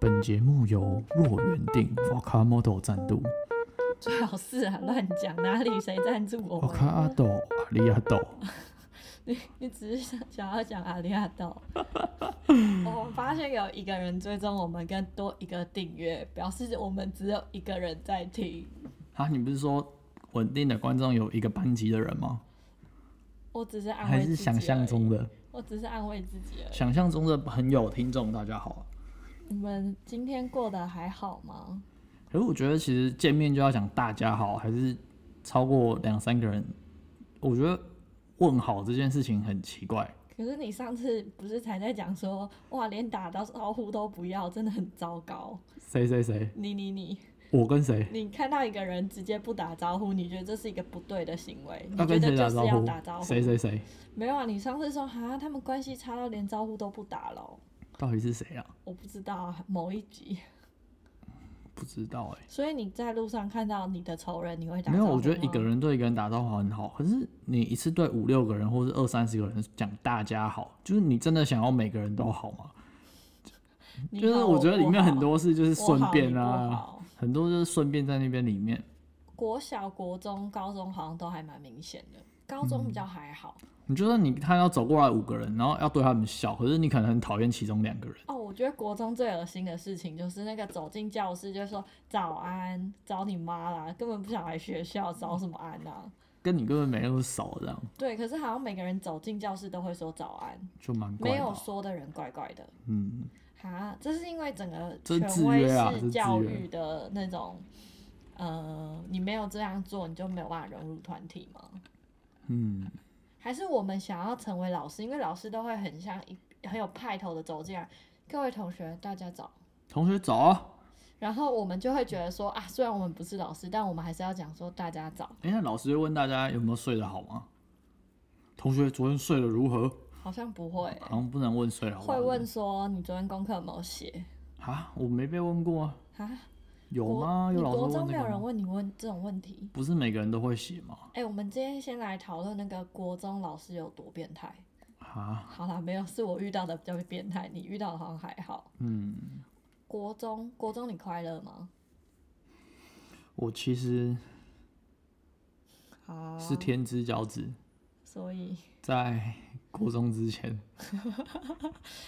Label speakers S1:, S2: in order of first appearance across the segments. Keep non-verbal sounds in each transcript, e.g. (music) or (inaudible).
S1: 本节目由若原定 Voca Model 赞助
S2: 最好是啊，乱讲，哪里谁赞助我
S1: ，Voca
S2: 们？
S1: 阿斗阿里阿斗，
S2: 你你只是想想要讲阿里亚
S1: (laughs)
S2: 豆。我们发现有一个人追踪我们，跟多一个订阅，表示我们只有一个人在听。
S1: 啊，你不是说稳定的观众有一个班级的人吗？
S2: 我只是安慰
S1: 还
S2: 自己
S1: 是想象中
S2: 而
S1: 的？
S2: 已，啊我只是安慰自己而已。
S1: 想象中的朋友听众，大家好。
S2: 你们今天过得还好吗？
S1: 可是我觉得，其实见面就要讲大家好，还是超过两三个人，我觉得问好这件事情很奇怪。
S2: 可是你上次不是才在讲说，哇，连打到招呼都不要，真的很糟糕。
S1: 谁谁谁，
S2: 你你你，
S1: 我跟谁？
S2: 你看到一个人直接不打招呼，你觉得这是一个不对的行为？你
S1: 要
S2: 觉
S1: 跟
S2: 得
S1: 谁
S2: 就
S1: 打
S2: 是
S1: 招
S2: 要
S1: 呼？
S2: 打招呼？
S1: 谁谁谁？
S2: 没有啊，你上次说哈，他们关系差到连招呼都不打了哦，
S1: 到底是谁啊？
S2: 我不知道啊某一集。
S1: 不知道哎、
S2: 所以你在路上看到你的仇人，你会打
S1: 没
S2: 招
S1: 有，
S2: 呼
S1: 我觉得一
S2: 吗
S1: 个人对一个人打招呼很好，可是你一次对五六个人或是二三十个人讲大家好，就是你真的想要每个人都好吗？
S2: 你
S1: 就是
S2: 好
S1: 我觉得里面很
S2: 我
S1: 多事就是
S2: 好
S1: 顺
S2: 我好
S1: 便
S2: 你不
S1: 啊，
S2: 好
S1: 很多就是顺便在那边里面。
S2: 国小、国中、高中好像都还蛮明显的，高中比较还好。
S1: 你就算你看到走过来五个人，然后要对他们笑，可是你可能很讨厌其中两个人。
S2: 哦，我觉得国中最恶心的事情就是那个走进教室就说早安，找你妈啦，根本不想来学校，找什么安呐、啊？
S1: 跟你根本没那么熟，这样
S2: 对，可是好像每个人走进教室都会说早安，
S1: 就蛮怪
S2: 没
S1: 的
S2: 有
S1: 啊。
S2: 说的人怪怪的。
S1: 嗯，
S2: 哈，这是因为整个
S1: 这是
S2: 权
S1: 制
S2: 威
S1: 约啊这
S2: 式
S1: 是
S2: 教
S1: 制约
S2: 育的那种，呃，你没有这样做，你就没有办法融入团体吗？
S1: 嗯，
S2: 还是我们想要成为老师，因为老师都会很像一很有派头的走进来，各位同学大家早，
S1: 同学早、啊。
S2: 然后我们就会觉得说啊，虽然我们不是老师，但我们还是要讲说大家早，
S1: 哎、那老师会问大家有没有睡得好吗？同学昨天睡得如何？
S2: 好像不会、欸
S1: 好啊像不能问睡得好不好
S2: 会问说你昨天功课有没有写
S1: 啊？我没被问过啊，
S2: 啊？
S1: 有
S2: 国
S1: 吗？有
S2: 你
S1: 老
S2: 国
S1: 师问
S2: 中没
S1: 这
S2: 有
S1: 个
S2: 人
S1: 吗？
S2: 问你问这种问题？
S1: 不是每个人都会写吗？
S2: 哎、我们今天先来讨论那个国中老师有多变态。
S1: 啊，
S2: 好啦，没有，是我遇到的比较变态，你遇到的好像还好。
S1: 嗯，
S2: 国中，国中你快乐吗？
S1: 我其实
S2: 好
S1: 是天之骄子，
S2: 所以
S1: 在国中之前，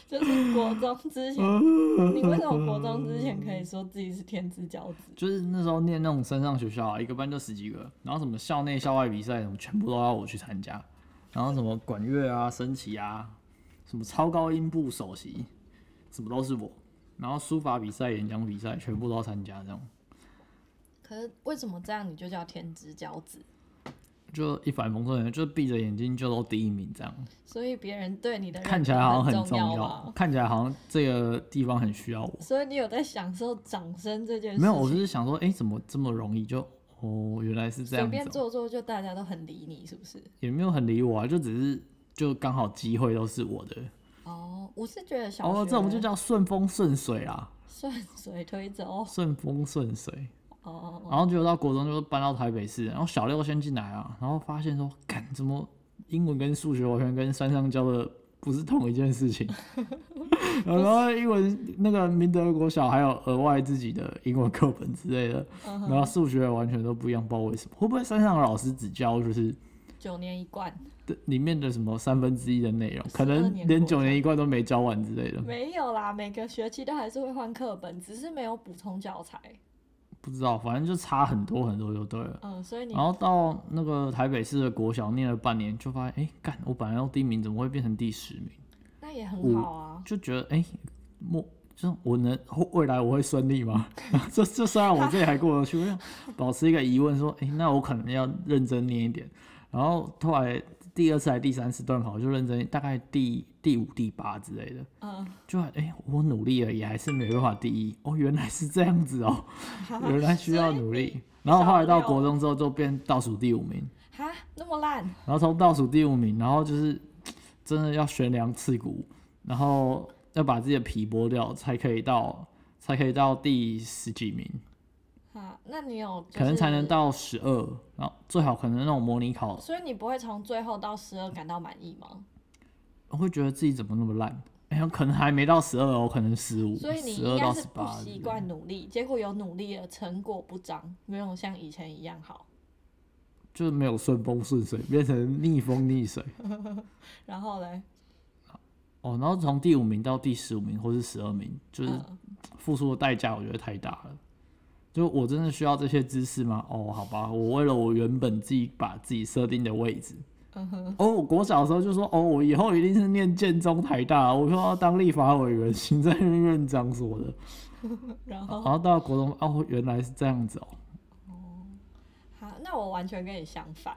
S2: 就是国中之前，
S1: 嗯
S2: 你为什么国中之前可以说自己是天之骄子？
S1: 就是那时候念那种升上学校、啊，一个班就十几个，然后什么校内校外比赛什么，全部都要我去参加，然后什么管乐啊、升旗啊，什么超高音部首席，什么都是我，然后书法比赛、演讲比赛全部都要参加，这样
S2: 可是为什么这样你就叫天之骄子？
S1: 就一帆风顺，就闭着眼睛就都第一名这样，
S2: 所以别人对你的认
S1: 看起来好像
S2: 同
S1: 很
S2: 重
S1: 重
S2: 吗
S1: 要，？看起来好像这个地方很需要我。
S2: 所以你有在享受掌声这件事情？
S1: 没有，我就是想说，哎、怎么这么容易就哦，原来是这
S2: 随
S1: 样
S2: 便
S1: 子哦、
S2: 做做就大家都很理你，是不是？
S1: 也没有很理我啊，就只是就刚好机会都是我的。
S2: 哦，我是觉得小学、
S1: 哦，这种就叫顺风顺水啦，
S2: (laughs) 顺水推舟。
S1: 顺风顺水。
S2: 哦，
S1: 然后结果到国中就搬到台北市，然后小六先进来啊，然后发现说，干怎么英文跟数学完全跟山上教的不是同一件事
S2: (laughs)
S1: 情。然后英文那个明德国小还有额外自己的英文课本之类的，
S2: 嗯
S1: 然后数学完全都不一样，不知道为什么。会不会山上的老师只教就是
S2: 九年一贯，
S1: 里面的什么三分之一的内容，可
S2: 12
S1: 能
S2: 年
S1: 连
S2: 国
S1: 九
S2: 小
S1: 年一贯都没教完之类的？
S2: 没有啦，每个学期都还是会换课本，只是没有补充教材。
S1: 不知道，反正就差很多很多就对了。
S2: 嗯，所以你
S1: 然后到那个台北市的国小念了半年，就发现，哎、干，我本来要第一名，怎么会变成第十名？
S2: 那也很好啊。
S1: 就觉得，哎、莫，就是我能未来我会顺利吗？这这虽然我这里还过得去，我想保持一个疑问，说，哎、那我可能要认真念一点。然后后来第二次还第三次段考就认真，大概第第五、第八之类的，
S2: 嗯，
S1: 就哎、诶我努力了，也还是没办法第一。哦，原来是这样子哦，原来需要努力。然后后来到国中之后就变倒数第五名，
S2: 哈，那么烂，
S1: 然后从倒数第五名，然后就是真的要悬梁刺股，然后要把自己的皮剥掉，才可以到才可以到第十几名，
S2: 哈，那你有、就是、
S1: 可能才能。到十二，然后最好可能那种模拟考，
S2: 所以你不会从最后到十二感到满意吗？
S1: 会觉得自己怎么那么烂，哎、呀，可能还没到十二哦，可能十五，
S2: 所以你
S1: 十
S2: 应
S1: 二
S2: 该
S1: 到
S2: 是
S1: 十
S2: 不
S1: 八，
S2: 习惯努力，结果有努力了，成果不彰，没有像以前一样好。
S1: 就是没有顺风顺水，变成逆风逆水。
S2: 然后嘞，
S1: 哦，然后从第五名到第十五名或是十二名，就是
S2: 嗯，
S1: 付出的代价，我觉得太大了。就我真的需要这些知识吗？哦，好吧，我为了我原本自己把自己设定的位置，
S2: 嗯哼，
S1: 哦，我国小的时候就说，哦，我以后一定是念建中、台大，我说要当立法委员、行政院长什么的。
S2: 然
S1: 然
S2: 后
S1: 后到国中，哦，原来是这样子哦。
S2: 好，那我完全跟你相反。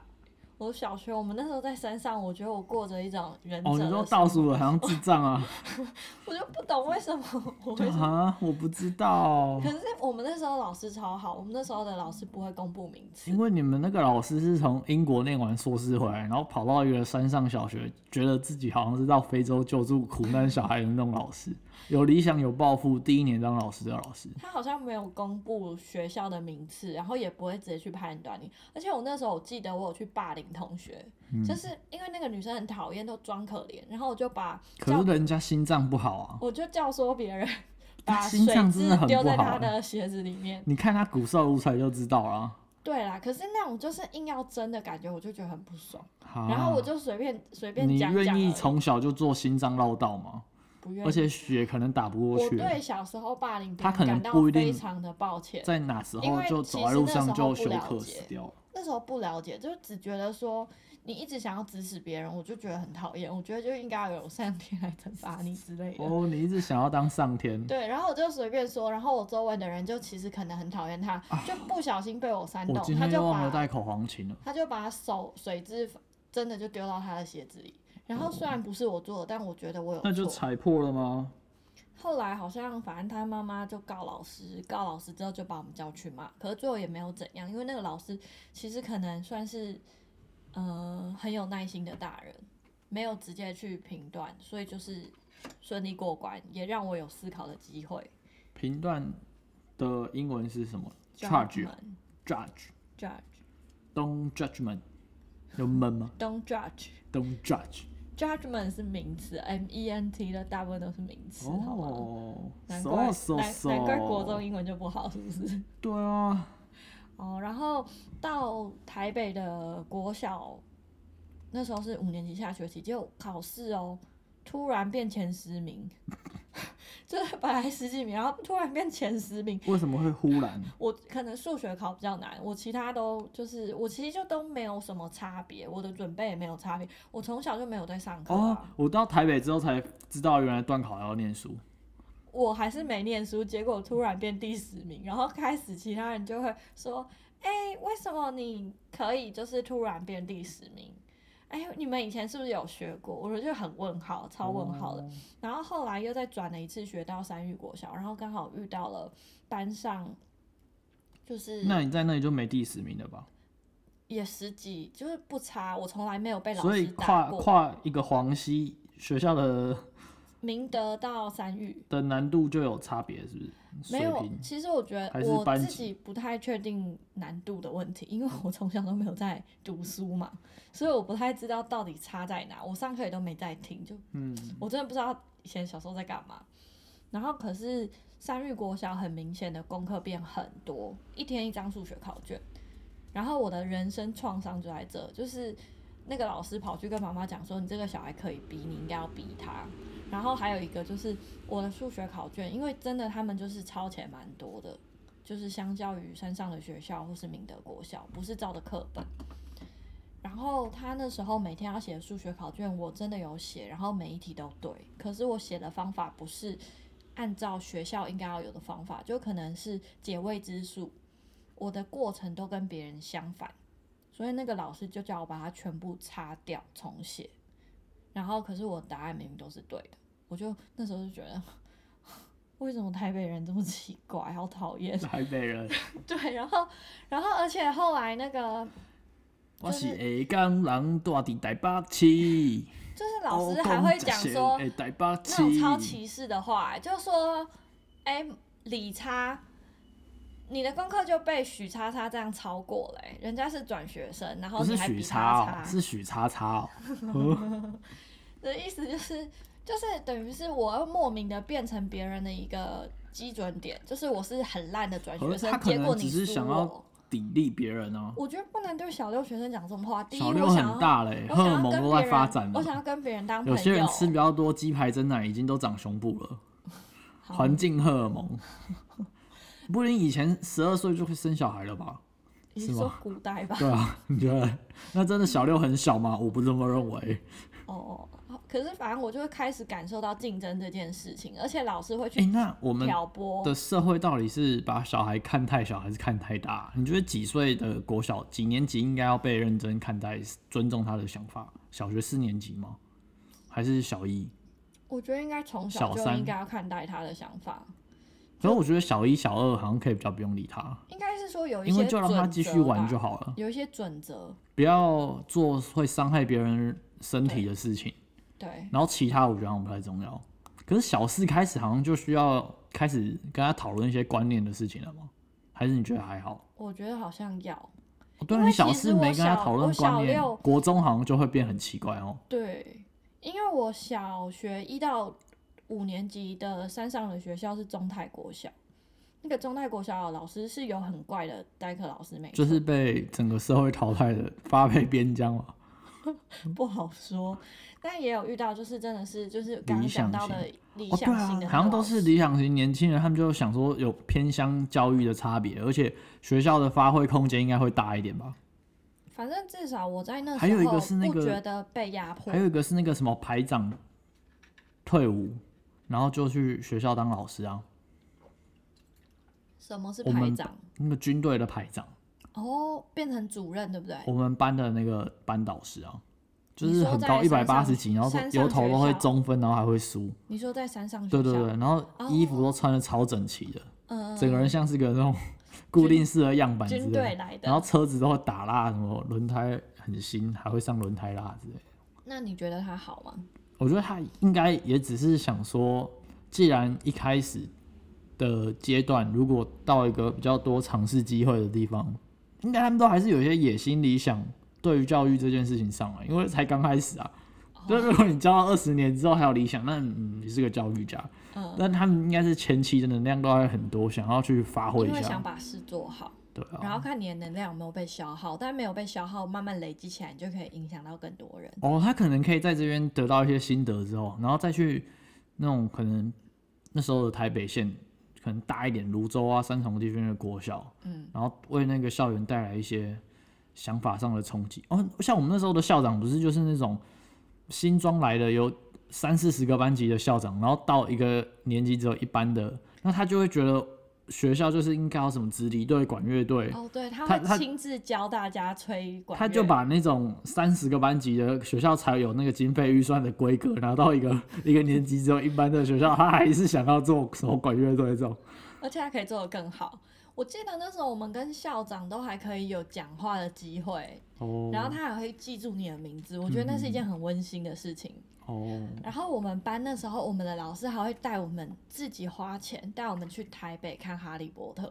S2: 我小学我们那时候在山上，我觉得我过着一种忍者
S1: 哦，
S2: 的
S1: 你
S2: 生活，
S1: 都倒数了，好像智障啊！
S2: 我就不懂为什么 (laughs) 我会
S1: 就啊，我不知
S2: (laughs)
S1: 道
S2: 可，是我们那时候老师超好，我们那时候的老师不会公布名次
S1: 因，为你们那个老师是从英国念完硕士回来，然后跑到一个山上小学，觉得自己好像是到非洲救助苦难小孩的那种老师，有理想有抱负，第一年当老师的老师。
S2: 他好像没有公布学校的名次，然后也不会直接去判断你。而且我那时候我记得我有去霸凌同学，
S1: 嗯
S2: 就是因为那个女生很讨厌，都装可怜，然后我就把
S1: 可
S2: 教
S1: 是人家心脏不好啊，
S2: 我就教唆别人 (laughs) 把
S1: 他心
S2: 水
S1: 脏真的
S2: 渍
S1: 很
S2: 丢
S1: 不
S2: 在
S1: 好
S2: 他
S1: 欸。
S2: 的鞋子里面。
S1: 你看他骨瘦如柴就知道啊了。
S2: 对啦，可是那种就是硬要争的感觉，我就觉得很不爽。
S1: 啊
S2: 然后我就随便随便
S1: 你
S2: 讲讲而
S1: 愿
S2: 已，
S1: 意从小就做心脏绕道吗？
S2: 不愿
S1: 而
S2: 意
S1: 且血可能打不过
S2: 我
S1: 去，
S2: 对小时候霸凌别
S1: 他
S2: 人
S1: 可能
S2: 感到
S1: 不一定
S2: 非常的抱歉。
S1: 在哪时
S2: 因
S1: 候
S2: 为
S1: 就
S2: 其
S1: 走在
S2: 实
S1: 路
S2: 那
S1: 上
S2: 时候
S1: 就
S2: 不
S1: 休
S2: 了
S1: 克
S2: 解
S1: 死掉了。
S2: 那时候不了解，就只觉得说你一直想要指使别人，我就觉得很讨厌。我觉得就应该有上天来惩罚你之类的。
S1: 哦，你一直想要当上天，
S2: 对，然后我就随便说，然后我周围的人就其实可能很讨厌他，就不小心被我煽
S1: 啊我
S2: 动，
S1: 今
S2: 他
S1: 天
S2: 就
S1: 又忘了
S2: 把
S1: 带口黄琴了。
S2: 他就把手水蛭真的就丢到他的鞋子里。然后虽然不是我做的，但我觉得我有
S1: 哦那就
S2: 错。
S1: 踩破了吗？
S2: 后来好像反正他妈妈就告老师，告老师之后就把我们叫去骂，可是最后也没有怎样，因为那个老师其实可能算是呃很有耐心的大人，没有直接去评断，所以就是顺利过关，也让我有思考的机会。
S1: 评断的英文是什么？Charge 啊 judge
S2: judgment，judge，don't
S1: don't judgment 有闷吗
S2: judge。
S1: ？Don't judge
S2: Judgment 是名词，M E N T 的大部分都是名词，好吗？
S1: 哦
S2: 难怪
S1: ，so so
S2: 难
S1: so，
S2: 难怪国中英文就不好，是不是？
S1: 对啊，
S2: 哦，然后到台北的国小，那时候是五年级下学期，结果考试哦，突然变前十名， (laughs) 就是本来十几名，然后突然变前十名。
S1: 为什么会忽
S2: (laughs)
S1: 然？
S2: 我可能数学考比较难，我其他都就是我其实就都没有什么差别，我的准备也没有差别，我从小就没有在上课、
S1: 哦
S2: 啊，
S1: 我到台北之后才知道，原来断考还要念书。
S2: 我还是没念书，结果突然变第十名，然后开始其他人就会说：“哎、为什么你可以就是突然变第十名？哎、你们以前是不是有学过？”我就很问号，超问号的。
S1: 哦
S2: 然后后来又再转了一次学到三育国小，然后刚好遇到了班上就是
S1: 那你在那里就没第十名了吧？
S2: 也十几，就是不差，我从来没有被老
S1: 所以
S2: 师打
S1: 跨
S2: 过。
S1: 跨一个黄溪学校的
S2: 明德到三育，
S1: 的难度就有差别，是不是？水
S2: 没有
S1: 平，
S2: 其实我觉
S1: 还
S2: 得
S1: 是
S2: 我
S1: 班
S2: 自
S1: 级
S2: 己不太确定难度的问题，因为我从小都没有在读书嘛，所以我不太知道到底差在哪。我上课也都没在听，就
S1: 嗯，
S2: 我真的不知道以前小时候在干嘛。然后可是三育国小很明显的功课变很多，一天一张数学考卷。然后我的人生创伤就在这，就是那个老师跑去跟妈妈讲说：“你这个小孩可以逼，你应该要逼他。”然后还有一个就是我的数学考卷，因为真的他们就是超前蛮多的，就是相较于山上的学校或是明德国小，不是照的课本。然后他那时候每天要写的数学考卷，我真的有写，然后每一题都对。可是我写的方法不是按照学校应该要有的方法，就可能是解未知数，我的过程都跟别人相反，所以那个老师就叫我把它全部擦掉重写。然后可是我答案明明都是对的，我就那时候就觉得， (laughs) 为什么台北人这么奇怪，好讨厌。
S1: 台北
S2: (laughs)
S1: 人，
S2: 对，然后然后而且后来那个
S1: 我是下港人，住伫台北市。
S2: 就是
S1: 哦
S2: 老师还会讲说。
S1: 哎，台北
S2: 那种
S1: 市，
S2: 超歧视的话、欸就说，哎、李叉，你的功课就被许叉叉这样超过了、哎人家是转学生，然后
S1: 不
S2: 哦你
S1: 是
S2: 还
S1: 许
S2: 比
S1: 叉
S2: 他
S1: 哦，
S2: 差，
S1: 是许叉叉哦。
S2: 的意思就是，就是等于是我又莫名的变成别人的一个基准点，就是我是很烂的转
S1: 可
S2: 学
S1: 是他
S2: 生，
S1: 可
S2: 结果
S1: 能
S2: 你
S1: 只是
S2: 输
S1: 想要
S2: 我。
S1: 砥砺别人啊。
S2: 我觉得不能对小六学生讲这种话。第一，
S1: 小
S2: 我
S1: 六
S2: 想
S1: 很
S2: 要，
S1: 大嘞、
S2: 我
S1: 荷
S2: 想
S1: (laughs) 尔
S2: 要
S1: 蒙
S2: 跟
S1: 都
S2: 别
S1: 在发
S2: 人，
S1: 展
S2: 我
S1: 了。
S2: 想要跟别人当朋友。
S1: 有些人吃比较多鸡排、蒸奶，已经都长胸部了。
S2: (laughs) 好
S1: 环境荷尔蒙，不然以前十二岁就会生小孩了吧？
S2: 你
S1: 是
S2: 是说
S1: 吗
S2: 古代
S1: (laughs)
S2: 吧？
S1: 对啊，你觉得那真的小六很小吗？我不这么认为。
S2: 哦，可是反正我就会开始感受到竞争这件事情，而且老师会
S1: 哎、
S2: (laughs) 去
S1: 那我们
S2: 挑拨。
S1: 的社会到底是把小孩看太小还是看太大？你觉得几岁的国小几年级应该要被认真看待、尊重他的想法？小学四年级吗？还是小一？
S2: 我觉得应该从
S1: 小
S2: 小就
S1: 三
S2: 应该要看待他的想法，
S1: 可是我觉得小一、小二好像可以比较不用理他，
S2: 应该是说有一些
S1: 因为就让他
S2: 准
S1: 继续
S2: 则
S1: 玩
S2: 吧
S1: 就好了，
S2: 有一些准则，
S1: 不要做会伤害别人身体的事情。
S2: 对，
S1: 然后其他我觉得好像不太重要。可是小四开始好像就需要开始跟他讨论一些观念的事情了吗？还是你觉得还好？
S2: 我觉得好像要
S1: 哦对
S2: 因
S1: 啊，
S2: 为
S1: 你小
S2: 其实
S1: 四没
S2: 我
S1: 跟他
S2: 小
S1: 讨
S2: 我
S1: 论观
S2: 小
S1: 念
S2: 六，
S1: 国中好像就会变很奇怪哦。
S2: 对，因为我小学一到五年级的山上的学校是中泰国小，那个中泰国小的老师是有很怪的代课老师，没
S1: 就
S2: 错
S1: 是被整个社会淘汰的，发配边疆嘛。
S2: 不好说，但也有遇到就是真的是就是刚
S1: 理
S2: 刚讲
S1: 想
S2: 到
S1: 型
S2: 的理
S1: 哦，对
S2: 想
S1: 啊
S2: 型的那个老师、，
S1: 好像都是理想型年轻人，他们就想说有偏乡教育的差别，而且学校的发挥空间应该会大一点吧。
S2: 反正至少我在那
S1: 还
S2: 时
S1: 有一
S2: 候
S1: 个是那
S2: 不
S1: 个
S2: 觉得被压迫
S1: 还。有一个是那个什么排长退伍，然后就去学校当老师啊，
S2: 什么是
S1: 我
S2: 排
S1: 们
S2: 长？
S1: 那个军队的排长。
S2: 哦，变成主任对不对？
S1: 我们班的那个班导师啊，就
S2: 你
S1: 是
S2: 说
S1: 很
S2: 在
S1: 高一百
S2: 山
S1: 八
S2: 上
S1: 十几，然后
S2: 山上
S1: 油头
S2: 学
S1: 都会
S2: 校
S1: 中分，然后还会梳。
S2: 你说在山上学校，
S1: 对对对，然后衣服都穿的超整齐的，
S2: 哦嗯，
S1: 整个人像是个那种固定式的样板之
S2: 军
S1: 类
S2: 队
S1: 的。
S2: 来
S1: 然后
S2: 的。
S1: 车子都会打蜡，什么轮胎很新，还会上轮胎蜡之类的。
S2: 那你觉得他好吗？
S1: 我觉得他应该也只是想说，既然一开始的阶段，如果到一个比较多尝试机会的地方，应该他们都还是有一些野心理想，对于教育这件事情上来，啊因为才刚开始啊。
S2: 哦
S1: 就如果你教到二十年之后还有理想，那嗯你是个教育家。
S2: 嗯，
S1: 但他们应该是前期的能量都还很多，想要去发挥
S2: 因
S1: 一
S2: 为想
S1: 下。
S2: 把事做好，
S1: 对
S2: 然
S1: 啊。
S2: 后看你的能量有没有被消耗，但没有被消耗，慢慢累积起来，你就可以影响到更多人。
S1: 哦，他可能可以在这边得到一些心得之后，然后再去那种可能那时候的台北县可能大一点，泸州啊、三重地区的国校，
S2: 嗯，
S1: 然后为那个校园带来一些想法上的冲击。哦，像我们那时候的校长不是就是那种新装来的有三四十个班级的校长，然后到一个年级只有一班的，那他就会觉得学校就是应该有什么直笛队、管乐队。
S2: 哦，对，他
S1: 他
S2: 会
S1: 他
S2: 亲自教大家吹管乐，
S1: 他就把那种三十个班级的学校才有那个经费预算的规格拿到一
S2: (laughs)
S1: 个一个年级只有一班的学校，他还是想要做什么管乐队这种。
S2: 而且还可以做得更好。我记得那时候我们跟校长都还可以有讲话的机会，
S1: 哦
S2: 然后他还会记住你的名字，我觉得那是一件很温馨的事情。
S1: 哦，
S2: 然后我们班那时候，我们的老师还会带我们自己花钱带我们去台北看《哈利波特》，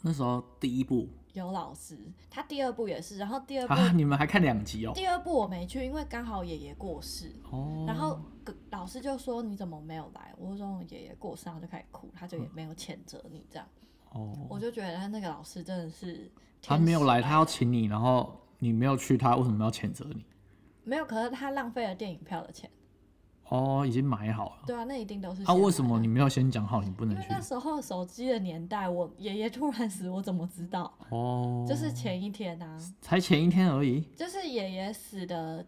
S1: 那时候第一部
S2: 有老师，他第二部也是，然后第二
S1: (laughs)
S2: 部、
S1: 啊，你们还看两集哦。
S2: 第二部我没去，因为刚好爷爷过世，
S1: 哦，
S2: 然后个老师就说你怎么没有来？我就说我爷爷过世，然后就开始哭，他就也没有谴责你这样，
S1: 哦，
S2: 我就觉得他那个老师真的是
S1: 他
S2: 天使
S1: 没有来，他要
S2: 的
S1: 请你，然后你没有去，他为什么要谴责你？
S2: 没有，可是他浪费了电影票的钱，
S1: 哦，已经买好了。
S2: 对啊，那一定都是
S1: 啊，
S2: 先
S1: 为
S2: 买
S1: 什么
S2: 的
S1: 你没有先讲好你不能
S2: 因为
S1: 去？
S2: 那时候手机的年代，我爷爷突然死，我怎么知道？
S1: 哦，
S2: 就是前一天啊，
S1: 才前一天而已。
S2: 就是爷爷死的，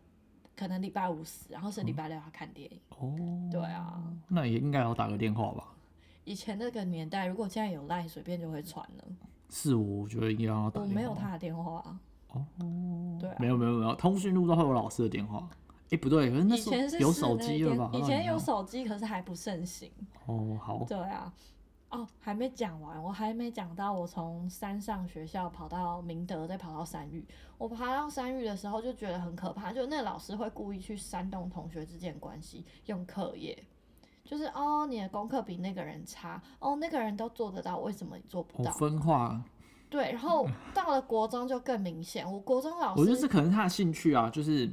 S2: 可能礼拜五死，然后是礼拜六要看电影。
S1: 哦，
S2: 对啊，
S1: 那也应该要打个电话吧？
S2: 以前那个年代，如果现在有 line，随便就会传了。
S1: 是我，我觉得应该要哦打
S2: 我
S1: 电话。
S2: 没有他的电话啊。哦，对啊，
S1: 没有没有没有，通讯录都会有老师的电话。哎、不对，可是那
S2: 以
S1: 时
S2: 前是
S1: 候有
S2: 室
S1: 手
S2: 内
S1: 机了
S2: 电
S1: 吧？
S2: 以
S1: 乱
S2: 前有
S1: 聊
S2: 手机，可是还不盛行。
S1: 哦，好，
S2: 对啊，哦，还没讲完，我还没讲到我从山上学校跑到明德，再跑到山域。我爬到山域的时候就觉得很可怕，就那老师会故意去煽动同学之间的关系，用课业。就是哦，你的功课比那个人差，哦，那个人都做得到，为什么你做不
S1: 我、
S2: 到？
S1: 哦分化，
S2: 对，然后到了国中就更明显，我国中老
S1: 我
S2: 师
S1: 就是可能他的兴趣啊，就是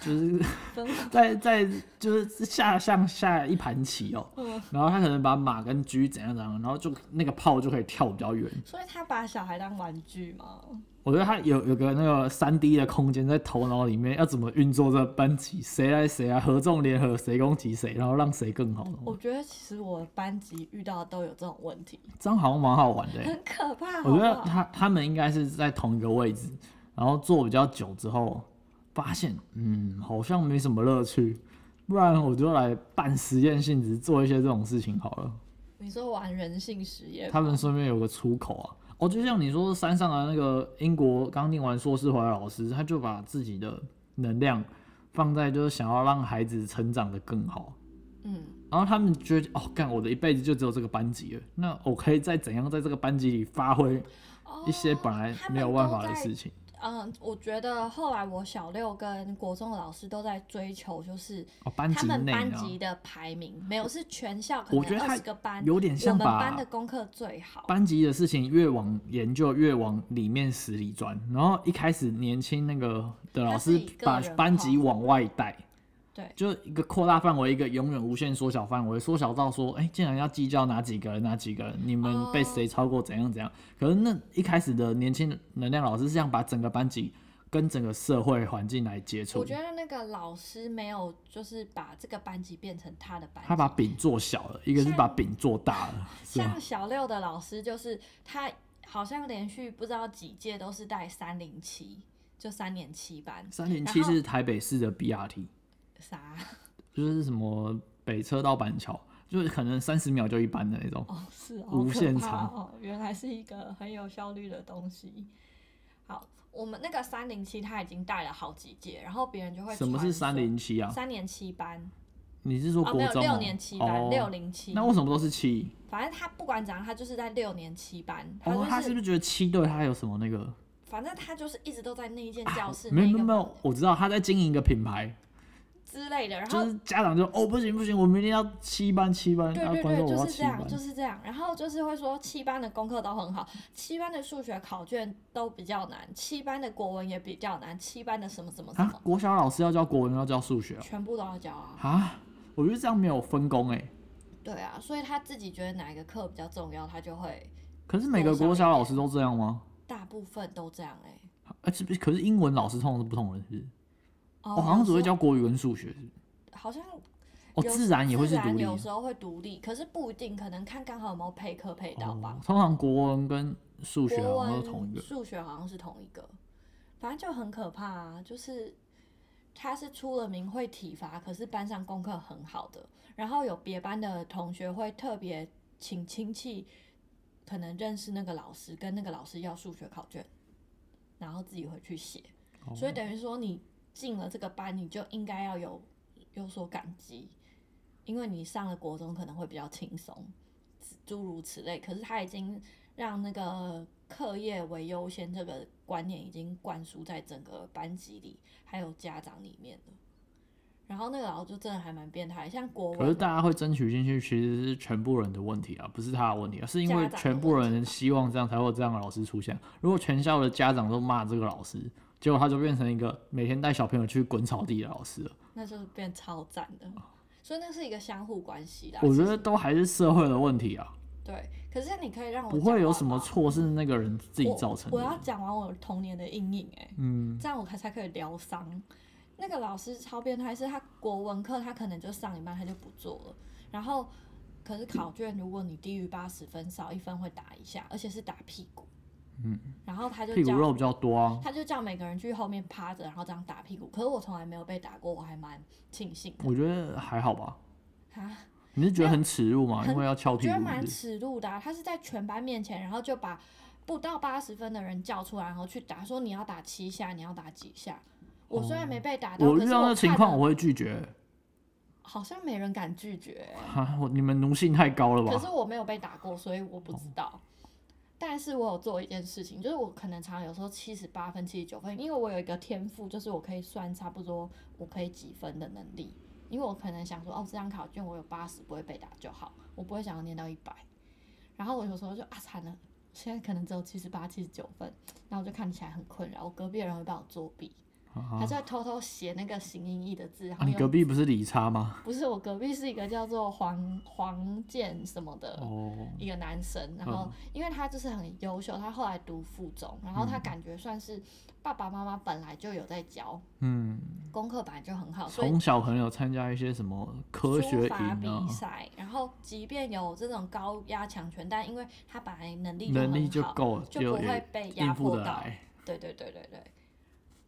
S1: 就是
S2: 分
S1: (laughs) 在在就是下像下一盘棋哦、
S2: 嗯
S1: 然后他可能把马跟车怎样怎样，然后就那个炮就可以跳比较远。
S2: 所以他把小孩当玩具嘛，
S1: 我觉得他有有个那个三 D 的空间在头脑里面，要怎么运作这班级，谁来谁啊，合纵联合，谁攻击谁，然后让谁更好。
S2: 我觉得其实我的班级遇到的都有这种问题，
S1: 这样好像蛮好玩的欸、
S2: 很可怕。
S1: 我觉
S2: 好
S1: 得
S2: 不好
S1: 他他们应该是在同一个位置，然后坐比较久之后，发现嗯好像没什么乐趣，不然我就来办实验性质做一些这种事情好了。
S2: 你说玩人性实验，
S1: 他们身边有个出口啊。哦，就像你说山上的那个英国刚念完硕士回来的老师，他就把自己的能量放在就是想要让孩子成长的更好。
S2: 嗯，
S1: 然后他们觉得哦，干我的一辈子就只有这个班级了，那我可以再怎样在这个班级里发挥
S2: 哦
S1: 一些本来没有办法的事。情。
S2: 他们都在嗯，我觉得后来我小六跟国中的老师都在追求，就是
S1: 哦，班
S2: 他
S1: 级
S2: 们
S1: 内
S2: 班
S1: 啊，
S2: 级的排名，没有是全校可
S1: 我
S2: 能
S1: 觉得
S2: 二
S1: 他
S2: 十个班，
S1: 有点
S2: 我
S1: 像
S2: 们班
S1: 把
S2: 的功课最好。
S1: 班级的事情越往研究越往里面死里钻。然后一开始年轻那个的老
S2: 他是
S1: 师
S2: 以个
S1: 把
S2: 人
S1: 班
S2: 化
S1: 级往外带，
S2: 对
S1: 就是一个扩大范围，一个永远无限缩小范围，缩小到说，哎、竟然要计较哪几个人，哪几个人，你们被谁超过，怎样怎样。可是那一开始的年轻能量老师是想把整个班级跟整个社会环境来接触
S2: 我觉，得那个老师没有，就是把这个班级变成他的班级。
S1: 他把饼做小了，一个是
S2: 像
S1: 把饼做大了，是吧
S2: 像？小六的老师，就是他好像连续不知道几届都是带三零七，就三年七班
S1: 三零七
S2: 然后
S1: 是台北市的 BRT，
S2: 啥？
S1: 就是什么北车到板桥，就是可能三十秒就一班的那种。
S2: 哦，是哦，
S1: 无
S2: 好可
S1: 限
S2: 怕
S1: 长
S2: 哦，原来是一个很有效率的东西。好，我们那个三零七他已经带了好几届，然后别人就会
S1: 什么是三零七啊？
S2: 三年七班
S1: 你是说
S2: 哦，
S1: 国
S2: 没有
S1: 中、哦？
S2: 六年七班，
S1: 哦
S2: 六零七
S1: 那。为什么都是七？
S2: 反正他不管怎样，他就是在六年七班，他
S1: 哦，他
S2: 就是
S1: 不是觉得七对他有什么那个？
S2: 反正他就是一直都在那一间教室，
S1: 啊没有没
S2: 那个
S1: 有没有，我知道他在经营一个品牌，
S2: 之类的，然后
S1: 就是家长就哦不行不行，我明天要七班七班，
S2: 对
S1: 啊
S2: 对
S1: 观
S2: 对，
S1: 众我
S2: 就
S1: 要
S2: 是
S1: 七
S2: 这
S1: 班
S2: 样，，就是这样。然后就是会说七班的功课都很好，七班的数学考卷都比较难，七班的国文也比较难，七班的什么什么什
S1: 啊
S2: 么，，
S1: 国小老师要教国文要教数学哦
S2: 全部都要教啊。
S1: 啊，我觉得这样没有分工哎、
S2: 对啊，所以他自己觉得哪一个课比较重要，他就会
S1: 可是每个国小老师都这样吗？
S2: 大部分都这样哎、欸。
S1: 啊，是不是？可是英文老师通常是不同人，是不是？
S2: 哦
S1: 哦，好像只会，
S2: 有时
S1: 教国语跟数学，是不是
S2: 候好像
S1: 哦，
S2: 有
S1: 自然也会是
S2: 自
S1: 独立的。
S2: 有时候会独立，可是不一定，可能看刚好有没有配课配到吧
S1: 哦。。通常国文跟数学
S2: 国
S1: 好
S2: 文、
S1: 像都同一个。
S2: 数学好像是同一个，反正就很可怕啊！就是他是出了名会体罚，可是班上功课很好的，然后有别班的同学会特别请亲戚，可能认识那个老师，跟那个老师要数学考卷，然后自己回去写。
S1: 哦
S2: 所以等于说，你进了这个班，你就应该要有有所感激，因为你上了国中可能会比较轻松，此诸如此类。可是他已经让那个课业为优先这个观念已经灌输在整个班级里，还有家长里面了。然后那个老师就真的还蛮变态，像国
S1: 可是
S2: 文
S1: 大家会争取进去，其实是全部人的问题啊，不是他的问题啊，是因为
S2: 家长的
S1: 全部人希望这样才会有这样的老师出现。如果全校的家长都骂这个老师，结果他就变成一个每天带小朋友去滚草地的老师了。
S2: 那就是变超赞的，所以那是一个相互关系啦。
S1: 哦我
S2: 其
S1: 觉
S2: 实
S1: 得都还是社会的问题啊，
S2: 对，可是你可以让我
S1: 不会
S2: 哦讲
S1: 有
S2: 完
S1: 什么
S2: 吗
S1: 错是那个人自己
S2: 我
S1: 造成
S2: 我要
S1: 的。
S2: 讲完我童年的阴影、欸，
S1: 嗯，
S2: 这样我才才可以疗伤。那个老师超变态，是他国文课他可能就上一半他就不做了，然后可是考卷如果你低于八十分，少一分会打一下，而且是打屁股。嗯，然后他就
S1: 屁股肉
S2: 叫
S1: 比较多啊。
S2: 他就叫每个人去后面趴着，然后这样打屁股。可是我从来没有被打过，我还蛮庆幸的
S1: 我觉得还好吧。
S2: 啊。
S1: 你是觉得很耻辱吗？
S2: 很
S1: 因为要翘
S2: 我
S1: 屁
S2: 觉得
S1: 股是
S2: 蛮
S1: 不是，
S2: 耻辱的啊、他是在全班面前，然后就把不到八十分的人叫出来，然后去打，说你要打七下，你要打几下。我虽啊然没被打到，
S1: 哦我
S2: 可是
S1: 遇到那情况
S2: 看了
S1: 我会拒绝、
S2: 好像没人敢拒绝欸、
S1: 啊，我你们奴性太高了吧？
S2: 可是我没有被打过，所以我不知道。但是我有做一件事情，就是我可能常常有时候七十八分、七十九分，因为我有一个天赋，就是我可以算差不多我可以几分的能力。因为我可能想说，哦，这张考卷我有八十不会被打就好，我不会想要念到一百。然后我有时候就啊惨了，现在可能只有七十八、七十九分，然后我就看起来很困扰，我隔壁的人会帮我作弊，他就在偷偷写那个形音义的字，然
S1: 啊，
S2: 后
S1: 你
S2: 用
S1: 隔壁不是理查吗？
S2: 不是我隔壁是一个叫做黄黄健什么的
S1: 哦，嗯
S2: 一个男生，然后因为他就是很优秀，他后来读附中，然后他感觉算是爸爸妈妈本来就有在教，
S1: 嗯，
S2: 功课本来就很好，哦所以
S1: 从小可能有参加一些什么科学
S2: 书
S1: 营
S2: 法
S1: 啊
S2: 比，赛，然后即便有这种高压强权，但因为他本来能力就
S1: 能力
S2: 很
S1: 就
S2: 好，
S1: 够了，
S2: 就
S1: 就
S2: 不会
S1: 也
S2: 被压
S1: 应付
S2: 迫
S1: 得
S2: 到。
S1: 来。
S2: 对对对对对，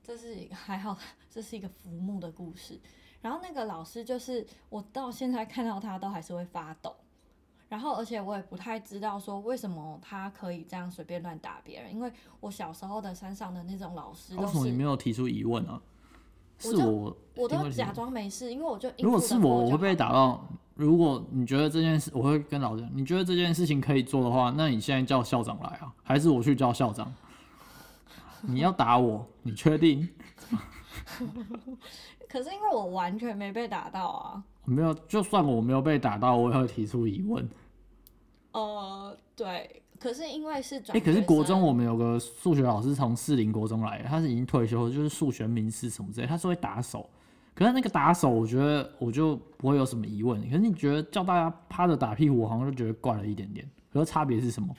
S2: 这是一个 (laughs) 还好，这是一个浮木的故事。然后那个老师就是我到现在看到他都还是会发抖，然后而且我也不太知道说为什么他可以这样随便乱打别人，因为我小时候的山上的那种老师
S1: 为
S2: 都
S1: 什么你
S2: 是
S1: 没有提出疑问啊？
S2: 我
S1: 是
S2: 就
S1: 我，
S2: 我
S1: 因
S2: 都
S1: 为
S2: 假装没事，因为我就应
S1: 如果
S2: 付得
S1: 是
S2: 过
S1: 我，我
S2: 就
S1: 会被
S2: 好
S1: 打到。如果你觉得这件事，我会跟老师讲，你觉得这件事情可以做的话，那你现在叫校长来啊，还是我去叫校长？ (laughs) 你要打我，你确定？
S2: 可是因为我完全没被打到啊，
S1: 没有，就算我没有被打到，我也会提出疑问。
S2: 呃，对，可是因为是
S1: 哎、
S2: 转学生，
S1: 可是国中我们有个数学老师从士林国中来的，他是已经退休了，就是数学名师什么之类，他是会打手。可是那个打手，我觉得我就不会有什么疑问。可是你觉得叫大家趴着打屁股，我好像就觉得怪了一点点。可是差别是什么？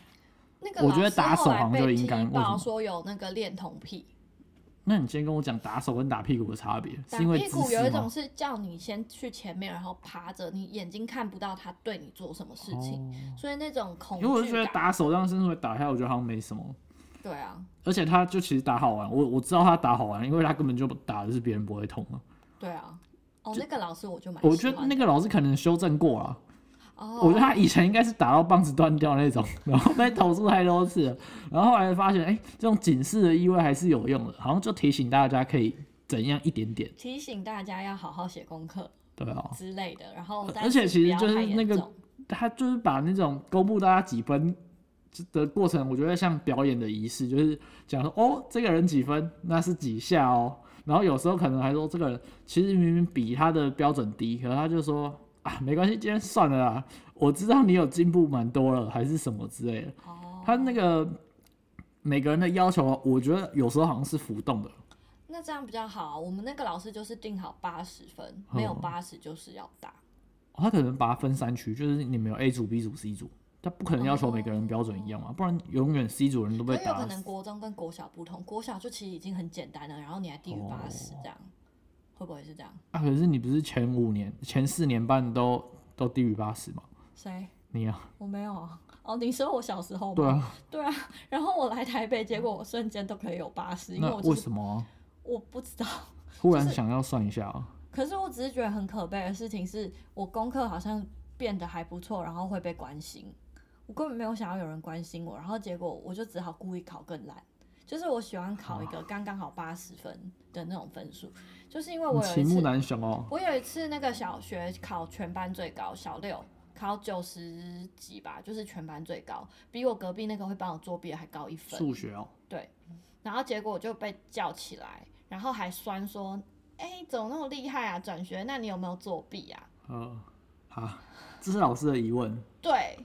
S2: 那个
S1: 我
S2: 老
S1: 觉得
S2: 师
S1: 打
S2: 后
S1: 手
S2: 来
S1: 好像
S2: 被
S1: 就应
S2: 踢
S1: 该为
S2: 爆
S1: 什么
S2: 说有那个恋童癖，
S1: 那你先跟我讲打手跟打屁股的差别，
S2: 打
S1: 是因为
S2: 屁
S1: 姿
S2: 股有一
S1: 势
S2: 种
S1: 吗？
S2: 是叫你先去前面，然后趴着，你眼睛看不到他对你做什么事情，所以那种恐
S1: 哦因为我就
S2: 惧
S1: 觉得
S2: 感，
S1: 打手这样伸出来打下，我觉得好像没什么。
S2: 对啊，
S1: 而且他就其实打好玩，我我知道他打好玩，因为他根本就打的是别人不会痛啊。
S2: 对啊，哦，那个老师我就蛮喜欢的，
S1: 我觉得那个老师可能修正过了，
S2: 哦，
S1: 我觉得他以前应该是打到棒子断掉那种， (laughs) 然后被投诉太多次了，然后后来发现，哎、这种警示的意味还是有用的，好像就提醒大家可以怎样一点点，
S2: 提醒大家要好好写功课
S1: 对啊。
S2: 之类的，然后
S1: 呃
S2: 但
S1: 而且其
S2: 不
S1: 实
S2: 要
S1: 就是
S2: 太严
S1: 那个
S2: 重
S1: 他就是把那种公布大家几分的过程，我觉得像表演的仪式，就是讲说哦，这个人几分，那是几下哦。然后有时候可能还说这个人其实明明比他的标准低，可是他就说啊，没关系，今天算了啦，我知道你有进步蛮多了，还是什么之类的。
S2: 哦，
S1: 他那个每个人的要求，我觉得有时候好像是浮动的。
S2: 那这样比较好啊、我们那个老师就是定好八十分，没有
S1: 哦
S2: 八十就是要打。
S1: 哦他可能把它分三区，就是你们有 A 组、B 组、C 组，他不可能要求每个人标准一样嘛，不然永远 C 组人都
S2: 可
S1: 被
S2: 是有
S1: 打
S2: 可能
S1: 死。
S2: 国中跟国小不同，国小就其实已经很简单了，然后你还低于八十
S1: 哦
S2: 这样，会不会是这样？
S1: 啊，可是你不是前五年、前四年半都都低于八十吗？
S2: 谁？
S1: 你啊，
S2: 我没有啊。哦，你说我小时候吗？
S1: 对啊，
S2: 对啊。然后我来台北，结果我瞬间都可以有八十，因为
S1: 那
S2: 我、就
S1: 为
S2: 是、
S1: 什么啊、
S2: 我不知道。
S1: 忽然想要算一下啊？
S2: 可是我只是觉得很可悲的事情是，我功课好像变得还不错，然后会被关心。我根本没有想要有人关心我，然后结果我就只好故意考更烂。就是我喜欢考一
S1: 啊
S2: 个刚刚好八十分的那种分数，就是因为我
S1: 你
S2: 有
S1: 题
S2: 一
S1: 目
S2: 次，
S1: 难想哦。
S2: 我有一次那个小学考全班最高，小六考九十几吧，就是全班最高，比我隔壁那个会帮我作弊的还高一分。
S1: 数学哦，
S2: 对，然后结果我就被叫起来，然后还酸说：“哎、怎么那么厉害啊？转学？那你有没有作弊啊
S1: 呃，啊，这是老师的疑问。？”
S2: 对，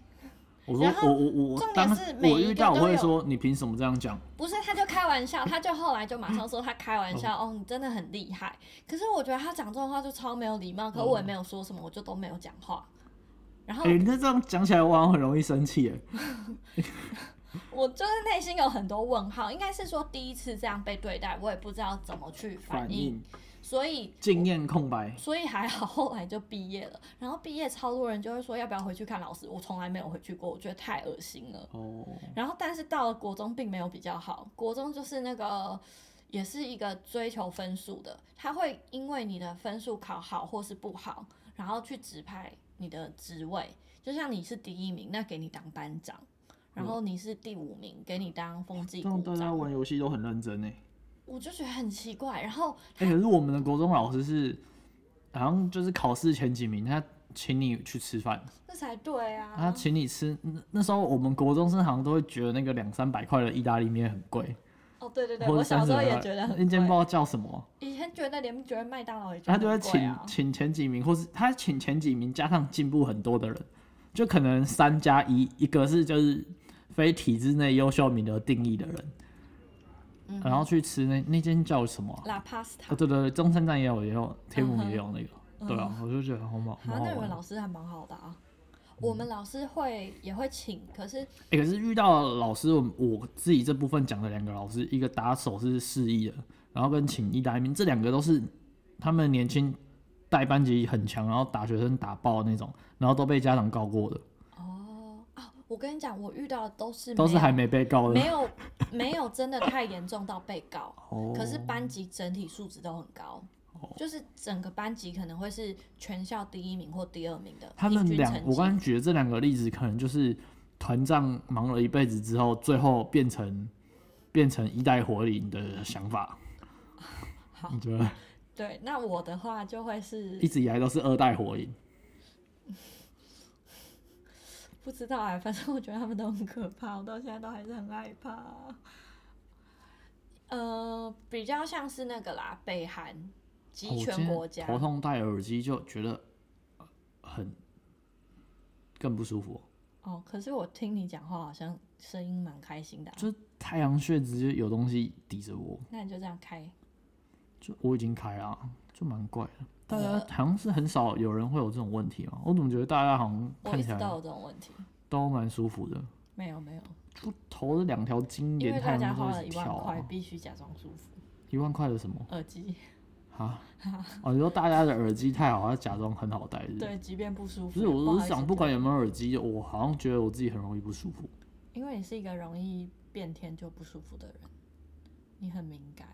S1: 我说
S2: 然后
S1: 我我我
S2: 重
S1: 我
S2: 点
S1: 当
S2: 是每
S1: 我
S2: 一个
S1: 遇到我
S2: 都
S1: 会
S2: 有
S1: 说你凭什么这样讲？
S2: 不是，他就开玩笑，他就后来就马上说他开
S1: (clears throat)
S2: 玩笑，哦，你真的很厉害。可是我觉得他讲这种话就超没有礼貌，可我也没有说什么，我就都没有讲话。然后
S1: 嗯哎、那这样讲起来我好像很容易生气耶。
S2: 我就是内心有很多问号，应该是说第一次这样被对待，我也不知道怎么去反
S1: 反
S2: 应，
S1: 应、
S2: 所以
S1: 经验空白，
S2: 所以还好，后来就毕业了。然后毕业超多人就会说要不要回去看老师，我从来没有回去过，我觉得太恶心了。
S1: 哦，
S2: 然后但是到了国中并没有比较好，国中就是那个也是一个追求分数的，他会因为你的分数考好或是不好，然后去指派你的职位，就像你是第一名，那给你当班长。然后你是第五名，给你当风纪
S1: 嗯这样
S2: 股
S1: 大家
S2: 长，
S1: 玩游戏都很认真哎。
S2: 我就觉得很奇怪。然后
S1: 哎、可是我们的国中老师是，好像就是考试前几名，他请你去吃饭，
S2: 这才对啊，
S1: 他请你吃。那那时候我们国中生好像都会觉得那个两三百块的意大利面很贵，
S2: 哦对对对，
S1: 或
S2: 我
S1: 者
S2: 小
S1: 三
S2: 时
S1: 十
S2: 候
S1: 块，
S2: 也觉得很
S1: 那间
S2: 贵
S1: 不知道叫什么，
S2: 以前觉得连觉得麦当劳也觉得
S1: 他就会
S2: 很贵
S1: 请、
S2: 啊，
S1: 请前几名，或是他请前几名加上进步很多的人，就可能三加一，一个是就是非体制内优秀名额定义的人，
S2: 嗯哼
S1: 然后去吃那那间叫什么啊、
S2: 拉帕
S1: 哦，
S2: 斯
S1: 对对对，中山站也有，也有天母
S2: 嗯哼
S1: 也有那个，
S2: 塔，
S1: 对
S2: 嗯
S1: 啊，我就觉得好蛮
S2: 好
S1: 蛮
S2: 像
S1: 好
S2: 那你
S1: 玩哦嗯
S2: 们
S1: 的。
S2: 老师还蛮好的啊。我们老师会也会请，可是
S1: 哎、可是遇到老师，我我自己这部分讲的两个老师，一个打手是示意的，然后跟请意大利面，这两个都是他们年轻带班级很强，然后打学生打爆那种，然后都被家长告过的，
S2: 哦啊，我跟你讲，我遇到的都是
S1: 都是
S2: 有
S1: 还没被告的
S2: 没。有没有真的太严重到被告，
S1: 哦
S2: 可是班级整体素质都很高
S1: 哦，
S2: 就是整个班级可能会是全校第一名或第二名的
S1: 他们
S2: 平均
S1: 两
S2: 成，绩
S1: 我刚刚举的这两个例子，可能就是团战忙了一辈子之后，最后变成变成一代火影的想法。
S2: (laughs) 好
S1: 你觉得
S2: 对，那我的话就会是
S1: 一直以来都是二代火影，
S2: 不知道哎、 (laughs) 反正我觉得他们都很可怕， (laughs) 我到现在都还是很害怕。呃，比较像是那个啦，北韩集
S1: 哦我
S2: 权
S1: 今天
S2: 国家，
S1: 头痛戴耳机就觉得呃很更不舒服哦、
S2: 哦，可是我听你讲话好像声音蛮开心的啊、
S1: 就是太阳穴直接有东西抵着我，
S2: 那你就这样开。
S1: 就我已经开了啊，就蛮怪的。大
S2: 呃
S1: 家好像是很少有人会有这种问题嘛，我怎么觉得大家好像
S2: 我一
S1: 看起
S2: 直都
S1: 来
S2: 有这种问题，
S1: 都蛮舒服的。
S2: 没有没有，
S1: 就头的两条筋
S2: 因
S1: 连
S2: 为
S1: 太
S2: 大家
S1: 阳
S2: 花
S1: 都
S2: 了
S1: 一
S2: 一
S1: 起
S2: 万
S1: 跳
S2: 块，
S1: 啊！
S2: 必须假装舒服。
S1: 一万块的什么
S2: 耳机， (laughs)
S1: 啊？哦，你说大家的耳机太好，要假装很好戴，是不是？
S2: 对，即便不舒服，
S1: 嗯不是，我
S2: 好
S1: 是
S2: 意思
S1: 想，不管
S2: 对
S1: 有没有耳机，我好像觉得我自己很容易不舒服。
S2: 因为你是一个容易变天就不舒服的人，你很敏感。